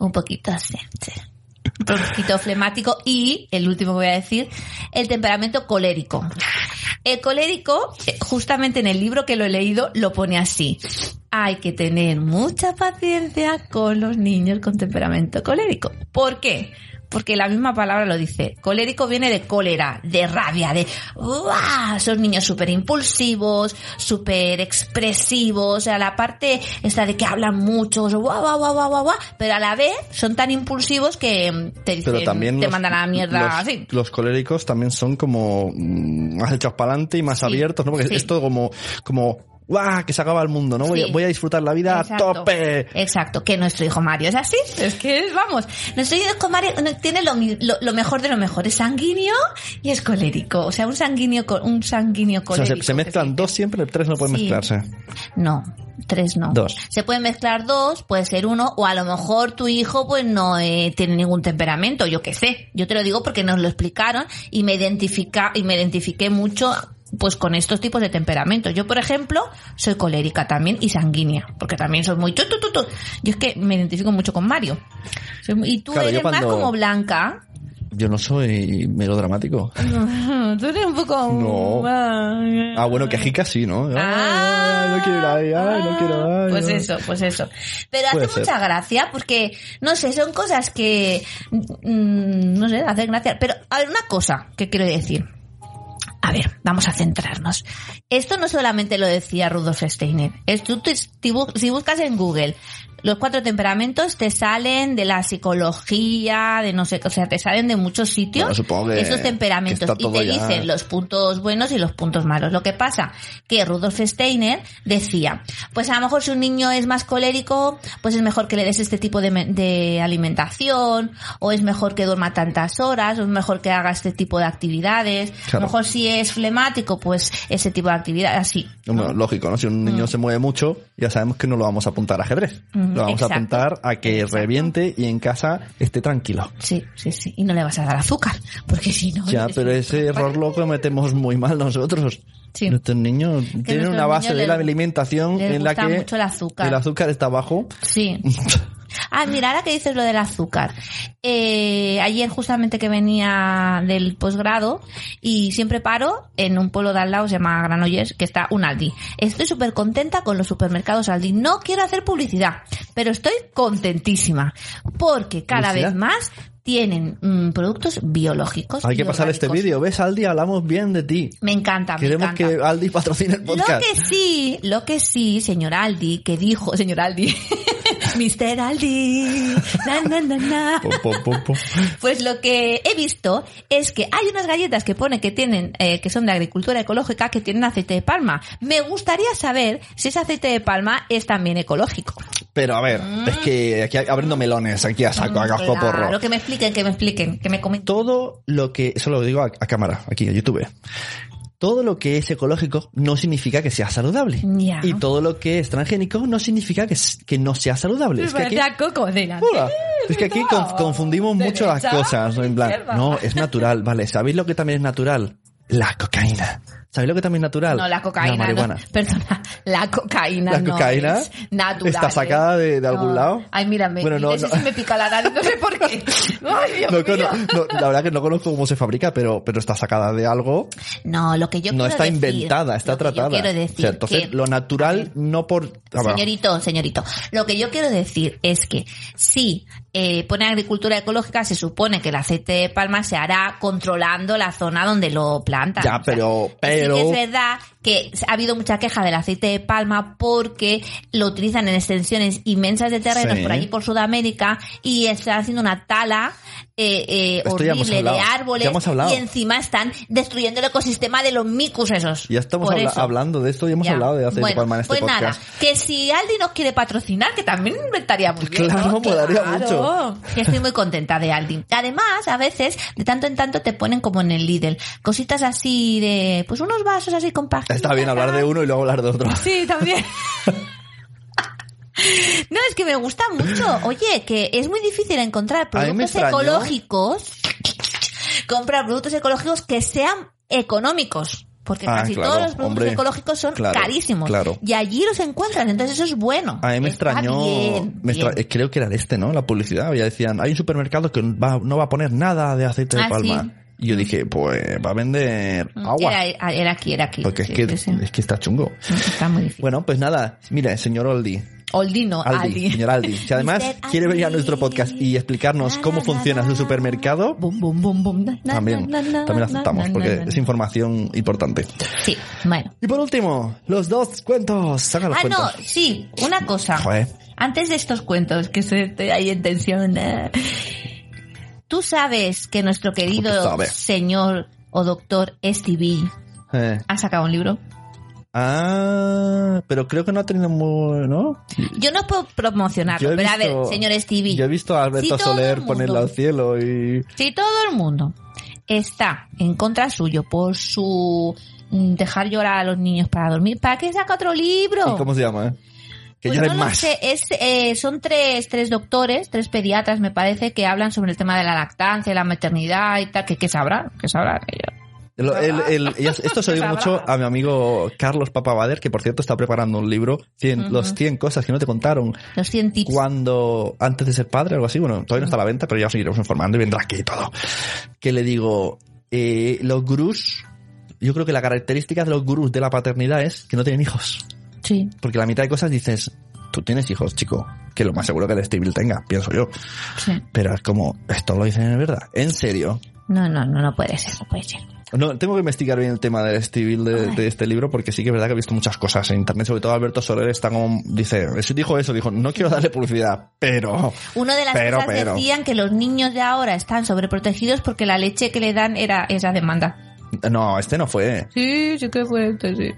Speaker 2: Un poquito sí. sí. Un poquito flemático. Y el último que voy a decir, el temperamento colérico. El colérico, eh, justamente en el libro que lo he leído, lo pone así. Hay que tener mucha paciencia con los niños con temperamento colérico. ¿Por qué? Porque la misma palabra lo dice. Colérico viene de cólera, de rabia, de ¡guau! Son niños súper impulsivos, súper expresivos. O sea, la parte esta de que hablan mucho, guau, guau, guau, guau, guau, guau, pero a la vez son tan impulsivos que mm, te dicen,
Speaker 1: Pero también.
Speaker 2: te
Speaker 1: los-
Speaker 2: mandan a la mierda
Speaker 1: Los,
Speaker 2: así.
Speaker 1: los coléricos también son como. mm, más echados para adelante y más
Speaker 2: Sí,
Speaker 1: abiertos, ¿no? Porque
Speaker 2: sí.
Speaker 1: es todo como. como ¡Guau! Que se acaba el mundo, ¿no? Voy,
Speaker 2: Sí.
Speaker 1: voy a disfrutar la vida a tope.
Speaker 2: Exacto, que nuestro hijo Mario es así. Es que es, vamos, nuestro hijo Mario no- tiene lo, mi- lo- lo mejor de lo mejor. Es sanguíneo y es colérico. O sea, un sanguíneo, co- un sanguíneo
Speaker 1: O sea,
Speaker 2: colérico.
Speaker 1: se, se
Speaker 2: que
Speaker 1: mezclan dos siempre, tres no pueden
Speaker 2: Sí.
Speaker 1: mezclarse.
Speaker 2: No, tres no.
Speaker 1: Dos.
Speaker 2: Se pueden mezclar dos, puede ser uno, o a lo mejor tu hijo pues no eh, tiene ningún temperamento, yo qué sé. Yo te lo digo porque nos lo explicaron y me identifica y me identifiqué mucho pues con estos tipos de temperamentos. Yo, por ejemplo, soy colérica también y sanguínea, porque también soy muy tu, tu, tu, tu. Yo es que me identifico mucho con Mario. Soy muy- Y tú
Speaker 1: Claro, yo
Speaker 2: eres más
Speaker 1: cuando-
Speaker 2: como blanca.
Speaker 1: Yo no soy melodramático.
Speaker 2: No, tú eres un poco...
Speaker 1: No. Ah, bueno, que jica sí, ¿no? Ay, no quiero ir ahí, ay, no quiero ay,
Speaker 2: Ah. Pues
Speaker 1: no.
Speaker 2: eso, pues eso. Pero hace
Speaker 1: Puede ser.
Speaker 2: mucha gracia porque, no sé, son cosas que, mm, no sé, hacen gracia. Pero, a ver, una cosa que quiero decir. A ver, vamos a centrarnos. Esto no solamente lo decía Rudolf Steiner. Es tú- tú- si bu- si buscas en Google los cuatro temperamentos, te salen de la psicología, de no sé, qué, o sea, te salen de muchos sitios
Speaker 1: Bueno, supongo que-
Speaker 2: esos
Speaker 1: que
Speaker 2: temperamentos
Speaker 1: está
Speaker 2: y
Speaker 1: todo
Speaker 2: te
Speaker 1: ya-
Speaker 2: dicen los puntos buenos y los puntos malos. Lo que pasa que Rudolf Steiner decía, pues a lo mejor si un niño es más colérico, pues es mejor que le des este tipo de, me- de alimentación, o es mejor que duerma tantas horas, o es mejor que haga este tipo de actividades. A
Speaker 1: Claro.
Speaker 2: lo mejor si es flemático, pues ese tipo de actividad, así.
Speaker 1: Bueno, lógico, ¿no? Si un niño se mueve mucho, ya sabemos que no lo vamos a apuntar a ajedrez.
Speaker 2: Ah. Ujú,
Speaker 1: lo vamos
Speaker 2: exacto.
Speaker 1: a apuntar a que reviente y en casa esté tranquilo.
Speaker 2: Sí, sí, sí. Y no le vas a dar azúcar, porque si no...
Speaker 1: Ya,
Speaker 2: eres
Speaker 1: pero
Speaker 2: un
Speaker 1: ese
Speaker 2: psicópata.
Speaker 1: error lo cometemos muy mal nosotros.
Speaker 2: Sí.
Speaker 1: Nuestros niños tienen
Speaker 2: nuestros
Speaker 1: una base
Speaker 2: niños
Speaker 1: de la
Speaker 2: les-
Speaker 1: alimentación
Speaker 2: les
Speaker 1: en la
Speaker 2: gusta
Speaker 1: que
Speaker 2: mucho el azúcar.
Speaker 1: el azúcar está bajo.
Speaker 2: Sí. Ah, mira, ahora que dices lo del azúcar. Eh, ayer justamente que venía del posgrado y siempre paro en un pueblo de al lado, se llama Granollers, que está un Aldi. Estoy súper contenta con los supermercados Aldi. No quiero hacer publicidad, pero estoy contentísima porque cada
Speaker 1: ¿Publicidad?
Speaker 2: vez más tienen mm, productos biológicos.
Speaker 1: Hay
Speaker 2: y
Speaker 1: que pasar este
Speaker 2: orgánicos.
Speaker 1: vídeo. ¿Ves, Aldi? Hablamos bien de ti.
Speaker 2: Me encanta, me
Speaker 1: Queremos
Speaker 2: encanta.
Speaker 1: que Aldi patrocine el
Speaker 2: Lo
Speaker 1: podcast.
Speaker 2: que sí, lo que sí, señor Aldi, que dijo, señor Aldi, Mr. Aldi, na, na, na, na.
Speaker 1: Po, po, po, po.
Speaker 2: Pues lo que he visto es que hay unas galletas que pone que tienen, eh, que son de agricultura ecológica, que tienen aceite de palma. Me gustaría saber si ese aceite de palma es también ecológico.
Speaker 1: Pero a ver, es que aquí abriendo melones, aquí a saco, a casco porro.
Speaker 2: Mm. Claro, que me expliquen, que me expliquen, que me comenten.
Speaker 1: todo lo que, eso lo digo a, a cámara, aquí a YouTube, todo lo que es ecológico no significa que sea saludable.
Speaker 2: Ya.
Speaker 1: Y todo lo que es transgénico no significa que, s- que no sea saludable. Es que aquí,
Speaker 2: coco de la...
Speaker 1: Hola. Es que aquí conf- confundimos mucho las
Speaker 2: Derecha,
Speaker 1: cosas. En plan,
Speaker 2: izquierda.
Speaker 1: no, es natural, vale. ¿Sabéis lo que también es natural? La cocaína. ¿Sabéis lo que también es natural?
Speaker 2: No, la cocaína.
Speaker 1: La marihuana.
Speaker 2: no. Perdona, la cocaína.
Speaker 1: La
Speaker 2: no
Speaker 1: cocaína
Speaker 2: es natural. eh.
Speaker 1: está sacada de- de algún
Speaker 2: No.
Speaker 1: lado.
Speaker 2: Ay, mírame.
Speaker 1: Bueno, no,
Speaker 2: no, sé
Speaker 1: no.
Speaker 2: si me pica la nariz, no sé por qué. Ay, Dios
Speaker 1: No
Speaker 2: mío.
Speaker 1: cono- no, la verdad que no conozco cómo se fabrica, pero, pero está sacada de algo
Speaker 2: No, lo que yo
Speaker 1: no
Speaker 2: quiero
Speaker 1: está
Speaker 2: decir-
Speaker 1: inventada, está
Speaker 2: lo que yo
Speaker 1: tratada.
Speaker 2: quiero decir
Speaker 1: O sea, entonces,
Speaker 2: que-
Speaker 1: lo natural no por... ah, bueno,
Speaker 2: Señorito, señorito, lo que yo quiero decir es que si eh, pone agricultura ecológica, se supone que el aceite de palma se hará controlando la zona donde lo plantan.
Speaker 1: Ya,
Speaker 2: O sea,
Speaker 1: pero-
Speaker 2: sí
Speaker 1: pero-
Speaker 2: que es verdad que ha habido mucha queja del aceite de palma porque lo utilizan en extensiones inmensas de terrenos
Speaker 1: Sí.
Speaker 2: por allí por Sudamérica y están haciendo una tala eh, eh,
Speaker 1: Esto ya hemos
Speaker 2: horrible de
Speaker 1: hablado, ya
Speaker 2: árboles
Speaker 1: hemos hablado.
Speaker 2: y encima están destruyendo el ecosistema de los micus esos.
Speaker 1: ya estamos
Speaker 2: Por
Speaker 1: habla-
Speaker 2: eso.
Speaker 1: hablando de esto y hemos
Speaker 2: Ya.
Speaker 1: hablado de aceite
Speaker 2: Bueno,
Speaker 1: de palma en este
Speaker 2: pues
Speaker 1: podcast.
Speaker 2: nada, que si Aldi nos quiere patrocinar, que también inventaría muy bien.
Speaker 1: Claro,
Speaker 2: ¿no?
Speaker 1: molaría mucho.
Speaker 2: Que estoy muy contenta de Aldi. Además, a veces, de tanto en tanto te ponen como en el Lidl, cositas así de, pues unos vasos así con páginas.
Speaker 1: Está bien hablar de uno y luego hablar de otro.
Speaker 2: Sí, también. No, es que me gusta mucho. Oye, que es muy difícil encontrar
Speaker 1: A mí me
Speaker 2: productos
Speaker 1: extrañó.
Speaker 2: ecológicos. Comprar productos ecológicos que sean económicos. Porque
Speaker 1: Ah,
Speaker 2: casi
Speaker 1: claro,
Speaker 2: todos los productos
Speaker 1: hombre.
Speaker 2: ecológicos son
Speaker 1: Claro,
Speaker 2: carísimos.
Speaker 1: claro.
Speaker 2: Y allí los encuentras, entonces eso es bueno.
Speaker 1: A mí me
Speaker 2: Está
Speaker 1: extrañó,
Speaker 2: bien,
Speaker 1: me extra-
Speaker 2: bien.
Speaker 1: eh, creo que era de este, ¿no? La publicidad, ya decían, hay un supermercado que va- no va a poner nada de aceite de
Speaker 2: Ah,
Speaker 1: palma.
Speaker 2: sí. Mm,
Speaker 1: Y yo dije, pues va a vender agua.
Speaker 2: Era, era aquí, era aquí.
Speaker 1: Porque es,
Speaker 2: Sí,
Speaker 1: que,
Speaker 2: sí, sí.
Speaker 1: es que está chungo.
Speaker 2: Está muy difícil.
Speaker 1: Bueno, pues nada, mire, señor Oldi,
Speaker 2: Oldino,
Speaker 1: Aldi,
Speaker 2: Oh, Aldi.
Speaker 1: señor Aldi, si además
Speaker 2: Mister
Speaker 1: quiere venir a
Speaker 2: Aldi.
Speaker 1: nuestro podcast y explicarnos
Speaker 2: Na,
Speaker 1: cómo
Speaker 2: na,
Speaker 1: funciona
Speaker 2: na,
Speaker 1: su
Speaker 2: na.
Speaker 1: supermercado,
Speaker 2: Bum, bum, bum, bum. Na, na,
Speaker 1: también,
Speaker 2: na, na,
Speaker 1: también
Speaker 2: na,
Speaker 1: aceptamos,
Speaker 2: na,
Speaker 1: porque
Speaker 2: na, na.
Speaker 1: es información importante.
Speaker 2: Sí, bueno.
Speaker 1: Y por último, los dos cuentos. Saca los
Speaker 2: Ah,
Speaker 1: cuentos. eh.
Speaker 2: no, sí, una cosa.
Speaker 1: Joder.
Speaker 2: Antes de estos cuentos, que se- estoy ahí en tensión. eh. Tú sabes que nuestro
Speaker 1: Tú
Speaker 2: querido
Speaker 1: sabes.
Speaker 2: señor o doctor Stevie
Speaker 1: Eh,
Speaker 2: ha sacado un libro.
Speaker 1: Ah, pero creo que no ha tenido muy, ¿no?
Speaker 2: Yo no puedo promocionarlo,
Speaker 1: Mm. Yo he
Speaker 2: pero a ver,
Speaker 1: visto-
Speaker 2: señor Stevie,
Speaker 1: Yo he visto a Alberto
Speaker 2: Sí, todo el
Speaker 1: Soler
Speaker 2: mundo.
Speaker 1: ponerla al cielo y...
Speaker 2: si todo el mundo está en contra suyo por su mm, dejar llorar a los niños para dormir, ¿para qué saca otro libro?
Speaker 1: ¿y ¿Cómo se llama? eh? Que
Speaker 2: Pues
Speaker 1: lloren
Speaker 2: no lo
Speaker 1: más.
Speaker 2: sé, es, eh, son tres, tres doctores, tres pediatras, me parece, que hablan sobre el tema de la lactancia, la maternidad y tal, que qué sabrá, qué sabrá. que yo-
Speaker 1: El- el- el- y es- esto se oye
Speaker 2: Brava.
Speaker 1: mucho a mi amigo Carlos Papavader, que por cierto está preparando un libro, 100,
Speaker 2: Ujú.
Speaker 1: los 100 cosas que no te contaron
Speaker 2: Los 100 tips.
Speaker 1: cuando antes de ser padre o algo así, bueno, todavía no está a la venta, pero ya os iremos informando y vendrá aquí y todo. Que le digo, eh, los gurús, yo creo que la característica de los gurús de la paternidad es que no tienen hijos.
Speaker 2: Sí.
Speaker 1: Porque la mitad de cosas dices, tú tienes hijos, chico, que lo más seguro que el Steve tenga, pienso yo.
Speaker 2: sí.
Speaker 1: Pero es como, esto lo dicen en verdad, en serio.
Speaker 2: No, no, no, no puede ser, no puede ser.
Speaker 1: No, tengo que investigar bien el tema del Steve Bill de,
Speaker 2: Ay.
Speaker 1: de este libro porque sí que es verdad que he visto muchas cosas en internet, sobre todo Alberto Soler está como, dice, dijo eso, dijo, no quiero darle publicidad, pero...
Speaker 2: Una de las
Speaker 1: Pero,
Speaker 2: cosas
Speaker 1: pero.
Speaker 2: decían que los niños de ahora están sobreprotegidos porque la leche que le dan era esa demanda.
Speaker 1: No, este no fue.
Speaker 2: Sí, sí que fue este, sí.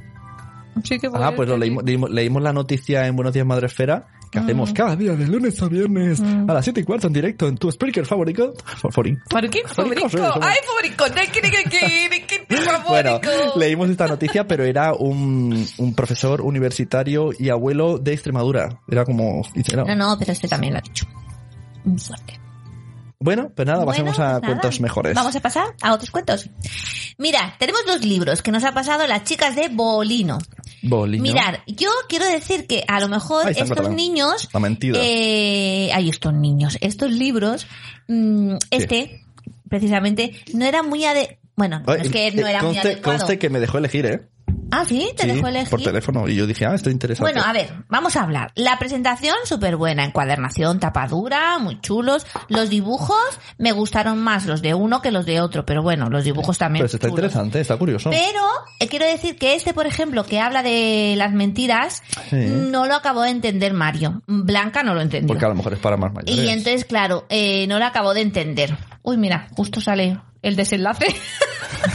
Speaker 2: Sí que
Speaker 1: Ah, pues lo leímos, leímos, leímos la noticia en Buenos Días Madresfera que
Speaker 2: Ah.
Speaker 1: hacemos cada día de lunes a viernes
Speaker 2: Mm.
Speaker 1: a las 7 y cuarto en directo en tu speaker favorito. Favori-
Speaker 2: ¿Por qué
Speaker 1: Fabrico, fabrico.
Speaker 2: ¡Ay, fabrico!
Speaker 1: Bueno, leímos esta noticia, pero era un, un profesor universitario y abuelo de Extremadura. Era como... dice, no.
Speaker 2: No, no, pero este también lo ha dicho. Muy fuerte.
Speaker 1: Bueno, pues nada,
Speaker 2: Bueno,
Speaker 1: pasemos
Speaker 2: pues
Speaker 1: a
Speaker 2: nada.
Speaker 1: cuentos mejores.
Speaker 2: Vamos a pasar a otros cuentos. Mira, tenemos dos libros que nos ha pasado las chicas de Bolino.
Speaker 1: Bolino.
Speaker 2: Mirar, yo quiero decir que a lo mejor
Speaker 1: Ahí está en
Speaker 2: estos
Speaker 1: catalán.
Speaker 2: niños
Speaker 1: La mentira.
Speaker 2: Eh, ay, estos niños, estos libros, mm, este, precisamente, no era muy ade... Bueno, no
Speaker 1: Oye,
Speaker 2: es que no
Speaker 1: eh,
Speaker 2: era muy
Speaker 1: conste,
Speaker 2: adecuado.
Speaker 1: conste que me dejó elegir, ¿eh?
Speaker 2: Ah, sí, te
Speaker 1: Sí,
Speaker 2: dejo elegir.
Speaker 1: Por teléfono. Y yo dije, ah, esto es interesante.
Speaker 2: Bueno, a ver, vamos a hablar. La presentación, súper buena. Encuadernación, tapadura, muy chulos. Los dibujos, me gustaron más los de uno que los de otro. Pero bueno, los dibujos también.
Speaker 1: pero eso Pues está
Speaker 2: chulos.
Speaker 1: interesante, está curioso.
Speaker 2: Pero eh, quiero decir que este, por ejemplo, que habla de las mentiras,
Speaker 1: Sí.
Speaker 2: no lo acabó de entender Mario. Blanca no lo entendió.
Speaker 1: Porque a lo mejor es para más mayores.
Speaker 2: Y entonces, claro, eh, no lo acabo de entender. Uy, mira, justo sale el desenlace.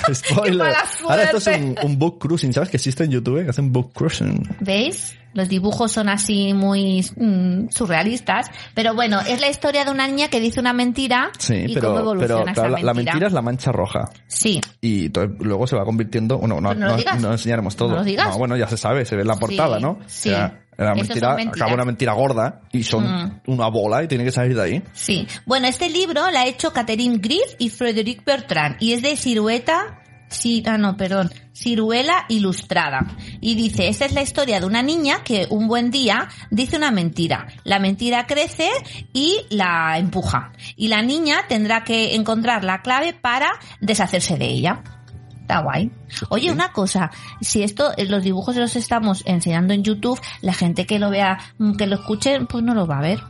Speaker 2: ¡Qué
Speaker 1: Spoiler.
Speaker 2: mala
Speaker 1: Ahora esto es un,
Speaker 2: suerte!
Speaker 1: un book cruising, ¿sabes? Que existe en YouTube, que hacen book cruising.
Speaker 2: ¿Veis? Los dibujos son así muy mm, surrealistas. Pero bueno, es la historia de una niña que dice una mentira
Speaker 1: Sí,
Speaker 2: y cómo
Speaker 1: pero,
Speaker 2: evoluciona
Speaker 1: pero
Speaker 2: esa
Speaker 1: claro, la,
Speaker 2: mentira.
Speaker 1: la mentira es la mancha roja.
Speaker 2: Sí,
Speaker 1: Y to- luego se va convirtiendo. Bueno, no,
Speaker 2: Pues no lo
Speaker 1: no-
Speaker 2: digas.
Speaker 1: no enseñaremos todo.
Speaker 2: No lo digas.
Speaker 1: bueno, ya se sabe, se ve en la portada,
Speaker 2: Sí,
Speaker 1: ¿no?
Speaker 2: sí.
Speaker 1: Era- era la
Speaker 2: Eso son
Speaker 1: mentira,
Speaker 2: mentiras.
Speaker 1: acaba una mentira gorda y son
Speaker 2: Mm.
Speaker 1: una bola y tiene que salir de ahí.
Speaker 2: sí. Bueno, este libro la ha hecho Catherine Griff y Frederic Bertrand. Y es de Sirueta... Sí, ah, no, perdón. Ciruela Ilustrada. Y dice, esta es la historia de una niña que un buen día dice una mentira. La mentira crece y la empuja. Y la niña tendrá que encontrar la clave para deshacerse de ella. Está guay. Oye, una cosa, si esto, eh, los dibujos los estamos enseñando en YouTube, la gente que lo vea, mm, que lo escuche, pues no lo va a ver.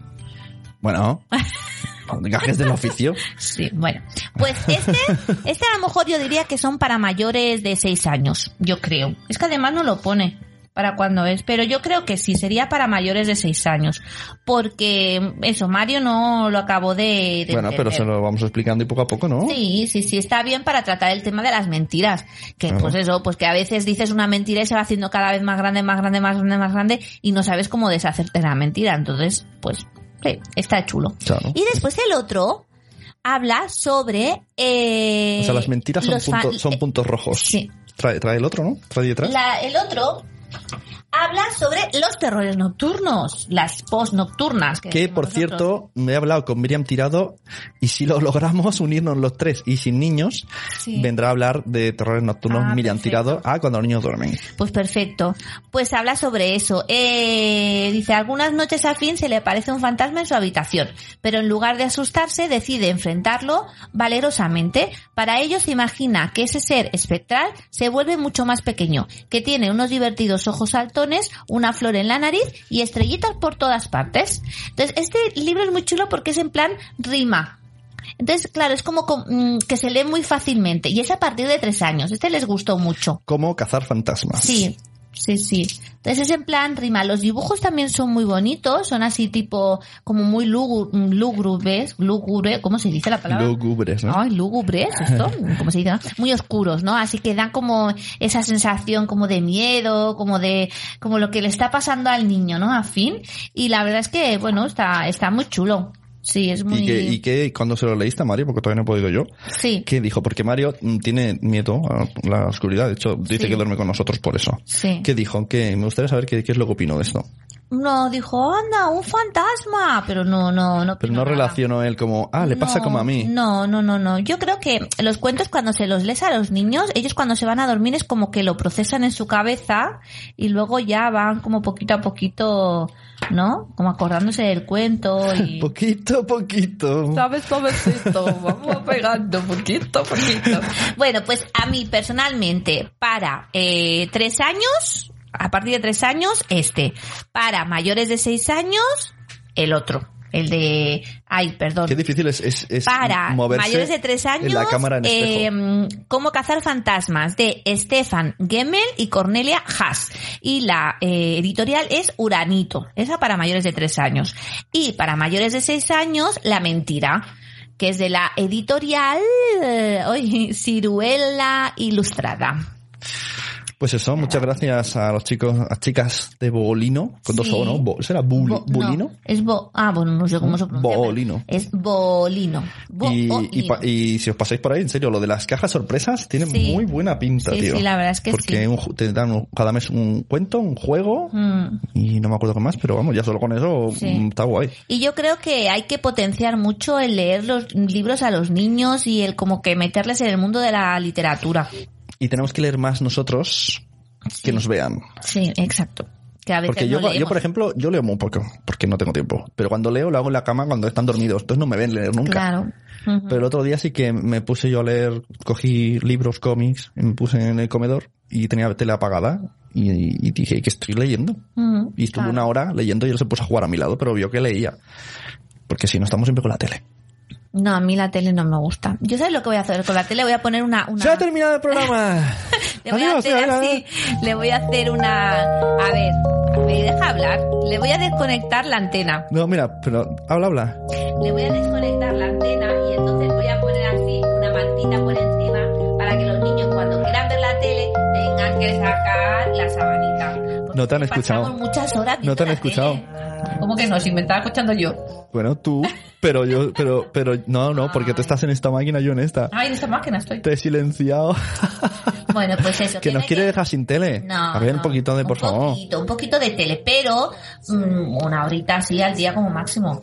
Speaker 1: Bueno, gajes del oficio.
Speaker 2: Sí, bueno. Pues este, este a lo mejor yo diría que son para mayores de 6 años, yo creo. Es que además no lo pone para cuando es, pero yo creo que sí, sería para mayores de 6 años. Porque eso, Mario no lo acabó de... de
Speaker 1: bueno, pero
Speaker 2: entender.
Speaker 1: se lo vamos explicando y poco a poco, ¿no?
Speaker 2: Sí, sí, sí, está bien para tratar el tema de las mentiras. Que
Speaker 1: Ajá.
Speaker 2: pues eso, pues que a veces dices una mentira y se va haciendo cada vez más grande, más grande, más grande, más grande y no sabes cómo deshacerte de la mentira. Entonces, pues sí, está chulo.
Speaker 1: Claro.
Speaker 2: Y después el otro habla sobre... eh,
Speaker 1: o sea, las mentiras son,
Speaker 2: los fa-
Speaker 1: punto- son puntos rojos.
Speaker 2: Sí.
Speaker 1: Trae, trae el otro, ¿no? Trae detrás.
Speaker 2: La- el otro habla sobre los terrores nocturnos, las post nocturnas.
Speaker 1: Que por cierto, me he hablado con Miriam Tirado y si lo logramos unirnos los tres y sin niños, vendrá a hablar de terrores nocturnos
Speaker 2: Ah,
Speaker 1: Miriam
Speaker 2: perfecto.
Speaker 1: Tirado. Ah, cuando los niños duermen.
Speaker 2: Pues perfecto. Pues habla sobre eso. Eh, dice, algunas noches a Finn se le aparece un fantasma en su habitación, pero en lugar de asustarse decide enfrentarlo valerosamente. Para ello se imagina que ese ser espectral se vuelve mucho más pequeño, que tiene unos divertidos ojos saltones, una flor en la nariz y estrellitas por todas partes. Entonces, este libro es muy chulo porque es en plan rima. Entonces, claro, es como com- mm, que se lee muy fácilmente y es a partir de tres años. Este les gustó mucho.
Speaker 1: ¿Cómo cazar fantasmas?
Speaker 2: Sí, sí, sí. Entonces es en plan rima. Los dibujos también son muy bonitos, son así tipo como muy lugu- lúgubres, lúgubre, ¿cómo se dice la palabra?
Speaker 1: Lúgubres, ¿no?
Speaker 2: Ay, lúgubres, esto, ¿cómo se dice? no? Muy oscuros, ¿no? Así que dan como esa sensación como de miedo, como de, como lo que le está pasando al niño, ¿no? A fin. Y la verdad es que, bueno, está, está muy chulo. Sí, es muy,
Speaker 1: ¿Y, que, y que cuando se lo leíste a Mario, porque todavía no he podido yo,
Speaker 2: sí,
Speaker 1: que dijo, porque Mario mm, tiene miedo a la oscuridad, de hecho dice
Speaker 2: Sí.
Speaker 1: que duerme con nosotros por eso.
Speaker 2: sí.
Speaker 1: Que dijo, que me gustaría saber qué, qué es lo que opino de esto.
Speaker 2: no dijo, anda, un fantasma, pero no, no, no.
Speaker 1: Pero no
Speaker 2: nada.
Speaker 1: relaciono él como, ah, le pasa
Speaker 2: No,
Speaker 1: como a mí.
Speaker 2: No, no, no, no. Yo creo que los cuentos cuando se los lees a los niños, ellos cuando se van a dormir es como que lo procesan en su cabeza y luego ya van como poquito a poquito, ¿no? Como acordándose del cuento y...
Speaker 1: Poquito a poquito.
Speaker 2: Sabes, suavecito, vamos pegando poquito, poquito. Bueno, pues a mí personalmente, para eh, tres años, a partir de tres años, este. Para mayores de seis años, el otro. El de, ay, perdón.
Speaker 1: Qué difícil es, es, es
Speaker 2: Para
Speaker 1: moverse
Speaker 2: mayores de tres años,
Speaker 1: en la cámara en espejo.
Speaker 2: eh, Cómo cazar fantasmas de Stefan Gemmel y Cornelia Haas. Y la eh, editorial es Uranito, esa para mayores de tres años. Y para mayores de seis años, La Mentira, que es de la editorial eh, oye, Ciruela Ilustrada.
Speaker 1: Pues eso, muchas gracias a los chicos, a chicas de Bolino, con dos
Speaker 2: Sí.
Speaker 1: O, ¿no? Bo- ¿Será Bul-
Speaker 2: Bo- no,
Speaker 1: Bolino?
Speaker 2: es bo, ah, bueno, no sé cómo se pronuncia. pero
Speaker 1: Boolino.
Speaker 2: Es Bolino.
Speaker 1: Y,
Speaker 2: Boolino.
Speaker 1: y pa- y si os pasáis por ahí, en serio, lo de las cajas sorpresas tiene
Speaker 2: Sí.
Speaker 1: muy buena pinta,
Speaker 2: Sí,
Speaker 1: tío.
Speaker 2: sí, la verdad es que
Speaker 1: Porque
Speaker 2: sí.
Speaker 1: un ju- te dan un- cada mes un cuento, un juego,
Speaker 2: Mm.
Speaker 1: y no me acuerdo qué más, pero vamos, ya solo con eso
Speaker 2: Sí.
Speaker 1: mm, está guay.
Speaker 2: Y yo creo que hay que potenciar mucho el leer los libros a los niños y el como que meterles en el mundo de la literatura.
Speaker 1: Y tenemos que leer más nosotros que nos vean.
Speaker 2: Sí, exacto. Que a veces
Speaker 1: Porque
Speaker 2: no
Speaker 1: yo, yo,
Speaker 2: leemos.
Speaker 1: por ejemplo, yo leo muy poco, porque no tengo tiempo. Pero cuando leo, lo hago en la cama cuando están dormidos. Entonces no me ven leer nunca.
Speaker 2: Claro. Ujú.
Speaker 1: Pero el otro día sí que me puse yo a leer, cogí libros, cómics, y me puse en el comedor y tenía la tele apagada y, y dije que estoy leyendo.
Speaker 2: Ujú, Ah.
Speaker 1: Y estuve
Speaker 2: claro.
Speaker 1: una hora leyendo y él se puso a jugar a mi lado, pero vio que leía. Porque si no, estamos siempre con la tele.
Speaker 2: No, a mí la tele no me gusta. Yo sabes lo que voy a hacer con la tele, voy a poner una... una-
Speaker 1: ¡Se ha terminado el programa!
Speaker 2: Le voy a hacer
Speaker 1: adiós.
Speaker 2: así, le voy a hacer una... A ver, me deja hablar. Le voy a desconectar la antena.
Speaker 1: No, mira, pero habla, habla.
Speaker 2: Le voy a desconectar la antena y entonces voy a poner así una mantita por encima para que los niños cuando quieran ver la tele tengan que sacar la sabanita. Porque
Speaker 1: No te han
Speaker 2: pasamos
Speaker 1: escuchado.
Speaker 2: muchas horas
Speaker 1: No te han
Speaker 2: viendo la
Speaker 1: escuchado.
Speaker 2: tele. ¿Cómo que no? Si me estaba escuchando yo.
Speaker 1: Bueno, tú, pero yo, pero, pero, no, no, porque tú estás en esta máquina, yo en esta.
Speaker 2: Ay, en esta máquina estoy.
Speaker 1: Te he silenciado.
Speaker 2: Bueno, pues eso.
Speaker 1: que
Speaker 2: no
Speaker 1: nos
Speaker 2: hay
Speaker 1: quiere
Speaker 2: que-
Speaker 1: dejar sin tele.
Speaker 2: No,
Speaker 1: a ver,
Speaker 2: no,
Speaker 1: un poquito de, por favor.
Speaker 2: Un poquito, un poquito de tele, pero mm, una horita así al día como máximo.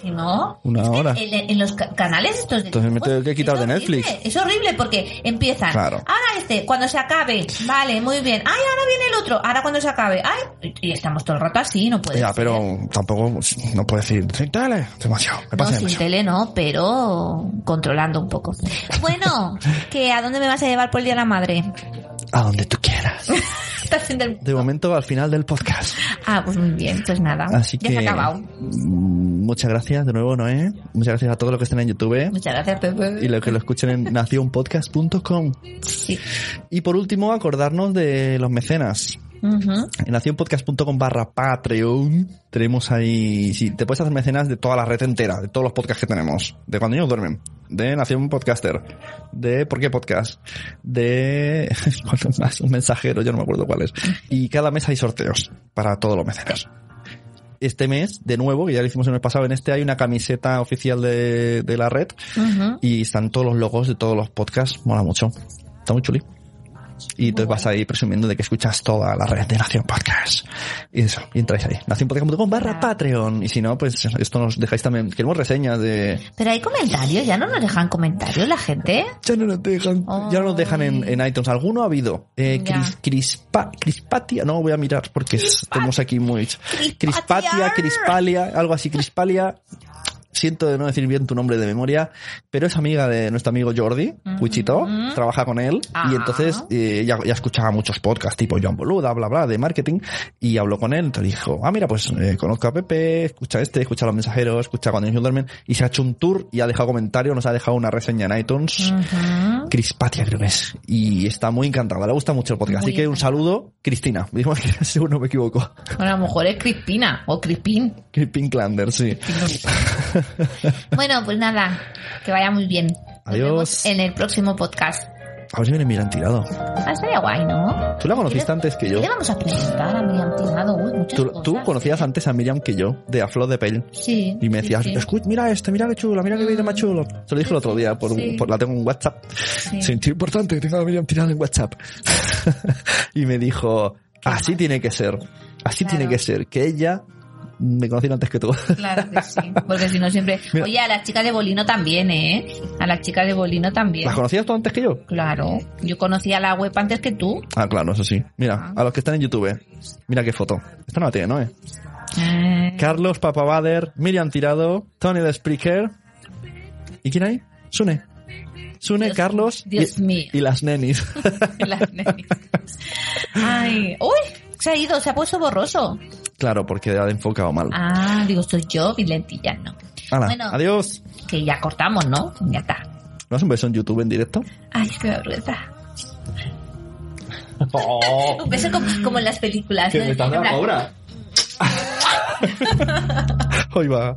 Speaker 2: Si no,
Speaker 1: Una
Speaker 2: es que
Speaker 1: hora.
Speaker 2: En, en los ca- canales estos de
Speaker 1: Entonces me
Speaker 2: dibujos
Speaker 1: tengo que quitar
Speaker 2: es
Speaker 1: de
Speaker 2: horrible,
Speaker 1: Netflix.
Speaker 2: Es horrible porque empiezan.
Speaker 1: Claro.
Speaker 2: Ahora este, cuando se acabe, vale, muy bien. Ay, ahora viene el otro, ahora cuando se acabe. Ay, y estamos todo el rato así, no puede
Speaker 1: Ya,
Speaker 2: ser.
Speaker 1: pero tampoco no puedo decir sin tele. Demasiado. Me
Speaker 2: No,
Speaker 1: pasa
Speaker 2: sin
Speaker 1: demasiado.
Speaker 2: tele no, pero controlando un poco. Bueno, que ¿a dónde me vas a llevar por el Día de la Madre?
Speaker 1: A donde tú quieras.
Speaker 2: Estás haciendo el-
Speaker 1: De momento, al final del podcast.
Speaker 2: Ah, pues muy bien, pues nada.
Speaker 1: Así
Speaker 2: ya
Speaker 1: que.
Speaker 2: se ha acabado.
Speaker 1: mm, Muchas gracias de nuevo, Noé. Muchas gracias a todos los que estén en YouTube.
Speaker 2: Muchas gracias,
Speaker 1: Y
Speaker 2: Pepe.
Speaker 1: los que lo escuchen en nacionpodcast.com.
Speaker 2: Sí.
Speaker 1: Y por último, acordarnos de los mecenas.
Speaker 2: Ujú.
Speaker 1: En nacionpodcast.com barra Patreon tenemos ahí, si te puedes hacer mecenas de toda la red entera, de todos los podcasts que tenemos, de cuando niños duermen, de Nación Podcaster, de ¿Por qué Podcast? De ¿cuál es más? un mensajero, yo no me acuerdo cuál es. Y cada mes hay sorteos para todos los mecenas. Este mes, de nuevo, que ya lo hicimos en el pasado, en este hay una camiseta oficial de, de la red
Speaker 2: Ujú.
Speaker 1: y están todos los logos de todos los podcasts, mola mucho. Está muy chuli. Y entonces vas ahí presumiendo de que escuchas toda la red de Nación Podcast. Y eso, y entráis ahí. Nacionpodcast.com barra
Speaker 2: Ah.
Speaker 1: Patreon. Y si no, pues esto nos dejáis también. Queremos reseñas de...
Speaker 2: Pero hay comentarios, ya no nos dejan comentarios la gente.
Speaker 1: Ya no nos dejan, ya no nos dejan en, en iTunes. Alguno ha habido. Eh,
Speaker 2: Ya.
Speaker 1: Cris- Crispa- Crispatia, no voy a mirar porque estamos aquí muy... Crispatia, Crispalia, algo así, Crispalia. Siento de no decir bien tu nombre de memoria, pero es amiga de nuestro amigo Jordi, Wichito, trabaja con él
Speaker 2: Mm-hmm. Ah.
Speaker 1: y entonces eh, ya, ya escuchaba muchos podcasts tipo Joan Boluda, bla, bla, de marketing y habló con él, te dijo, ah, mira, pues eh, conozco a Pepe, escucha este, escucha a los mensajeros, escucha cuando ellos duermen y se ha hecho un tour y ha dejado comentarios, nos ha dejado una reseña en iTunes.
Speaker 2: Ujú.
Speaker 1: Crispatia creo que es. Y está muy encantada, le gusta mucho el podcast.
Speaker 2: Muy
Speaker 1: Así que un
Speaker 2: encantada.
Speaker 1: saludo, Cristina. Digo que seguro no me equivoco.
Speaker 2: Bueno, a lo mejor es Crispina o Crispín.
Speaker 1: Crispin Clander, sí.
Speaker 2: Bueno, pues nada, que vaya muy bien. Nos
Speaker 1: Adiós.
Speaker 2: vemos en el próximo podcast.
Speaker 1: A ver si viene Miriam Tirado.
Speaker 2: Ah, estaría guay, ¿no?
Speaker 1: Tú la conociste
Speaker 2: ¿Qué le-
Speaker 1: antes que
Speaker 2: ¿Qué
Speaker 1: yo.
Speaker 2: le vamos a presentar a Miriam Tirado? Uy, muchas
Speaker 1: Tú,
Speaker 2: cosas.
Speaker 1: tú conocías antes a Miriam que yo, de A Flor de Pel.
Speaker 2: Sí.
Speaker 1: Y me
Speaker 2: sí,
Speaker 1: decías,
Speaker 2: sí.
Speaker 1: escucha, mira este, mira qué chulo, mira qué vídeo más chulo. Se lo dije el otro día, por,
Speaker 2: Sí.
Speaker 1: por- la tengo en WhatsApp.
Speaker 2: Sí.
Speaker 1: Sentí importante que tenga a Miriam tirada en WhatsApp. y me dijo, así tiene que ser. Así
Speaker 2: Claro.
Speaker 1: tiene que ser, que ella me conociera antes que tú.
Speaker 2: Claro que sí, porque si no siempre...
Speaker 1: Mira.
Speaker 2: Oye, a las chicas de Bolino también, ¿eh? A las chicas de Bolino también.
Speaker 1: ¿Las conocías tú antes que yo?
Speaker 2: Claro, yo conocía la web antes que tú.
Speaker 1: Ah, claro, eso sí. Mira,
Speaker 2: Ah.
Speaker 1: a los que están en YouTube, mira qué foto. Esta no la tiene, ¿no? eh?
Speaker 2: Eh,
Speaker 1: Carlos Papabader, Miriam Tirado, Tony de Spreaker. ¿Y quién hay? Sune. Sune,
Speaker 2: Dios-
Speaker 1: Carlos y-
Speaker 2: Dios mío.
Speaker 1: y las nenis.
Speaker 2: las nenis. Ay, uy, se ha ido, se ha puesto borroso.
Speaker 1: Claro, porque ha enfocado mal.
Speaker 2: Ah, digo, soy yo, mi lentilla, no.
Speaker 1: Hala,
Speaker 2: bueno.
Speaker 1: Adiós.
Speaker 2: Que ya cortamos, ¿no? Ya está.
Speaker 1: ¿No un beso en YouTube en directo?
Speaker 2: Ay, qué vergüenza. Un beso Pues como, como en las películas. ¿no? En plan,
Speaker 1: Hoy va.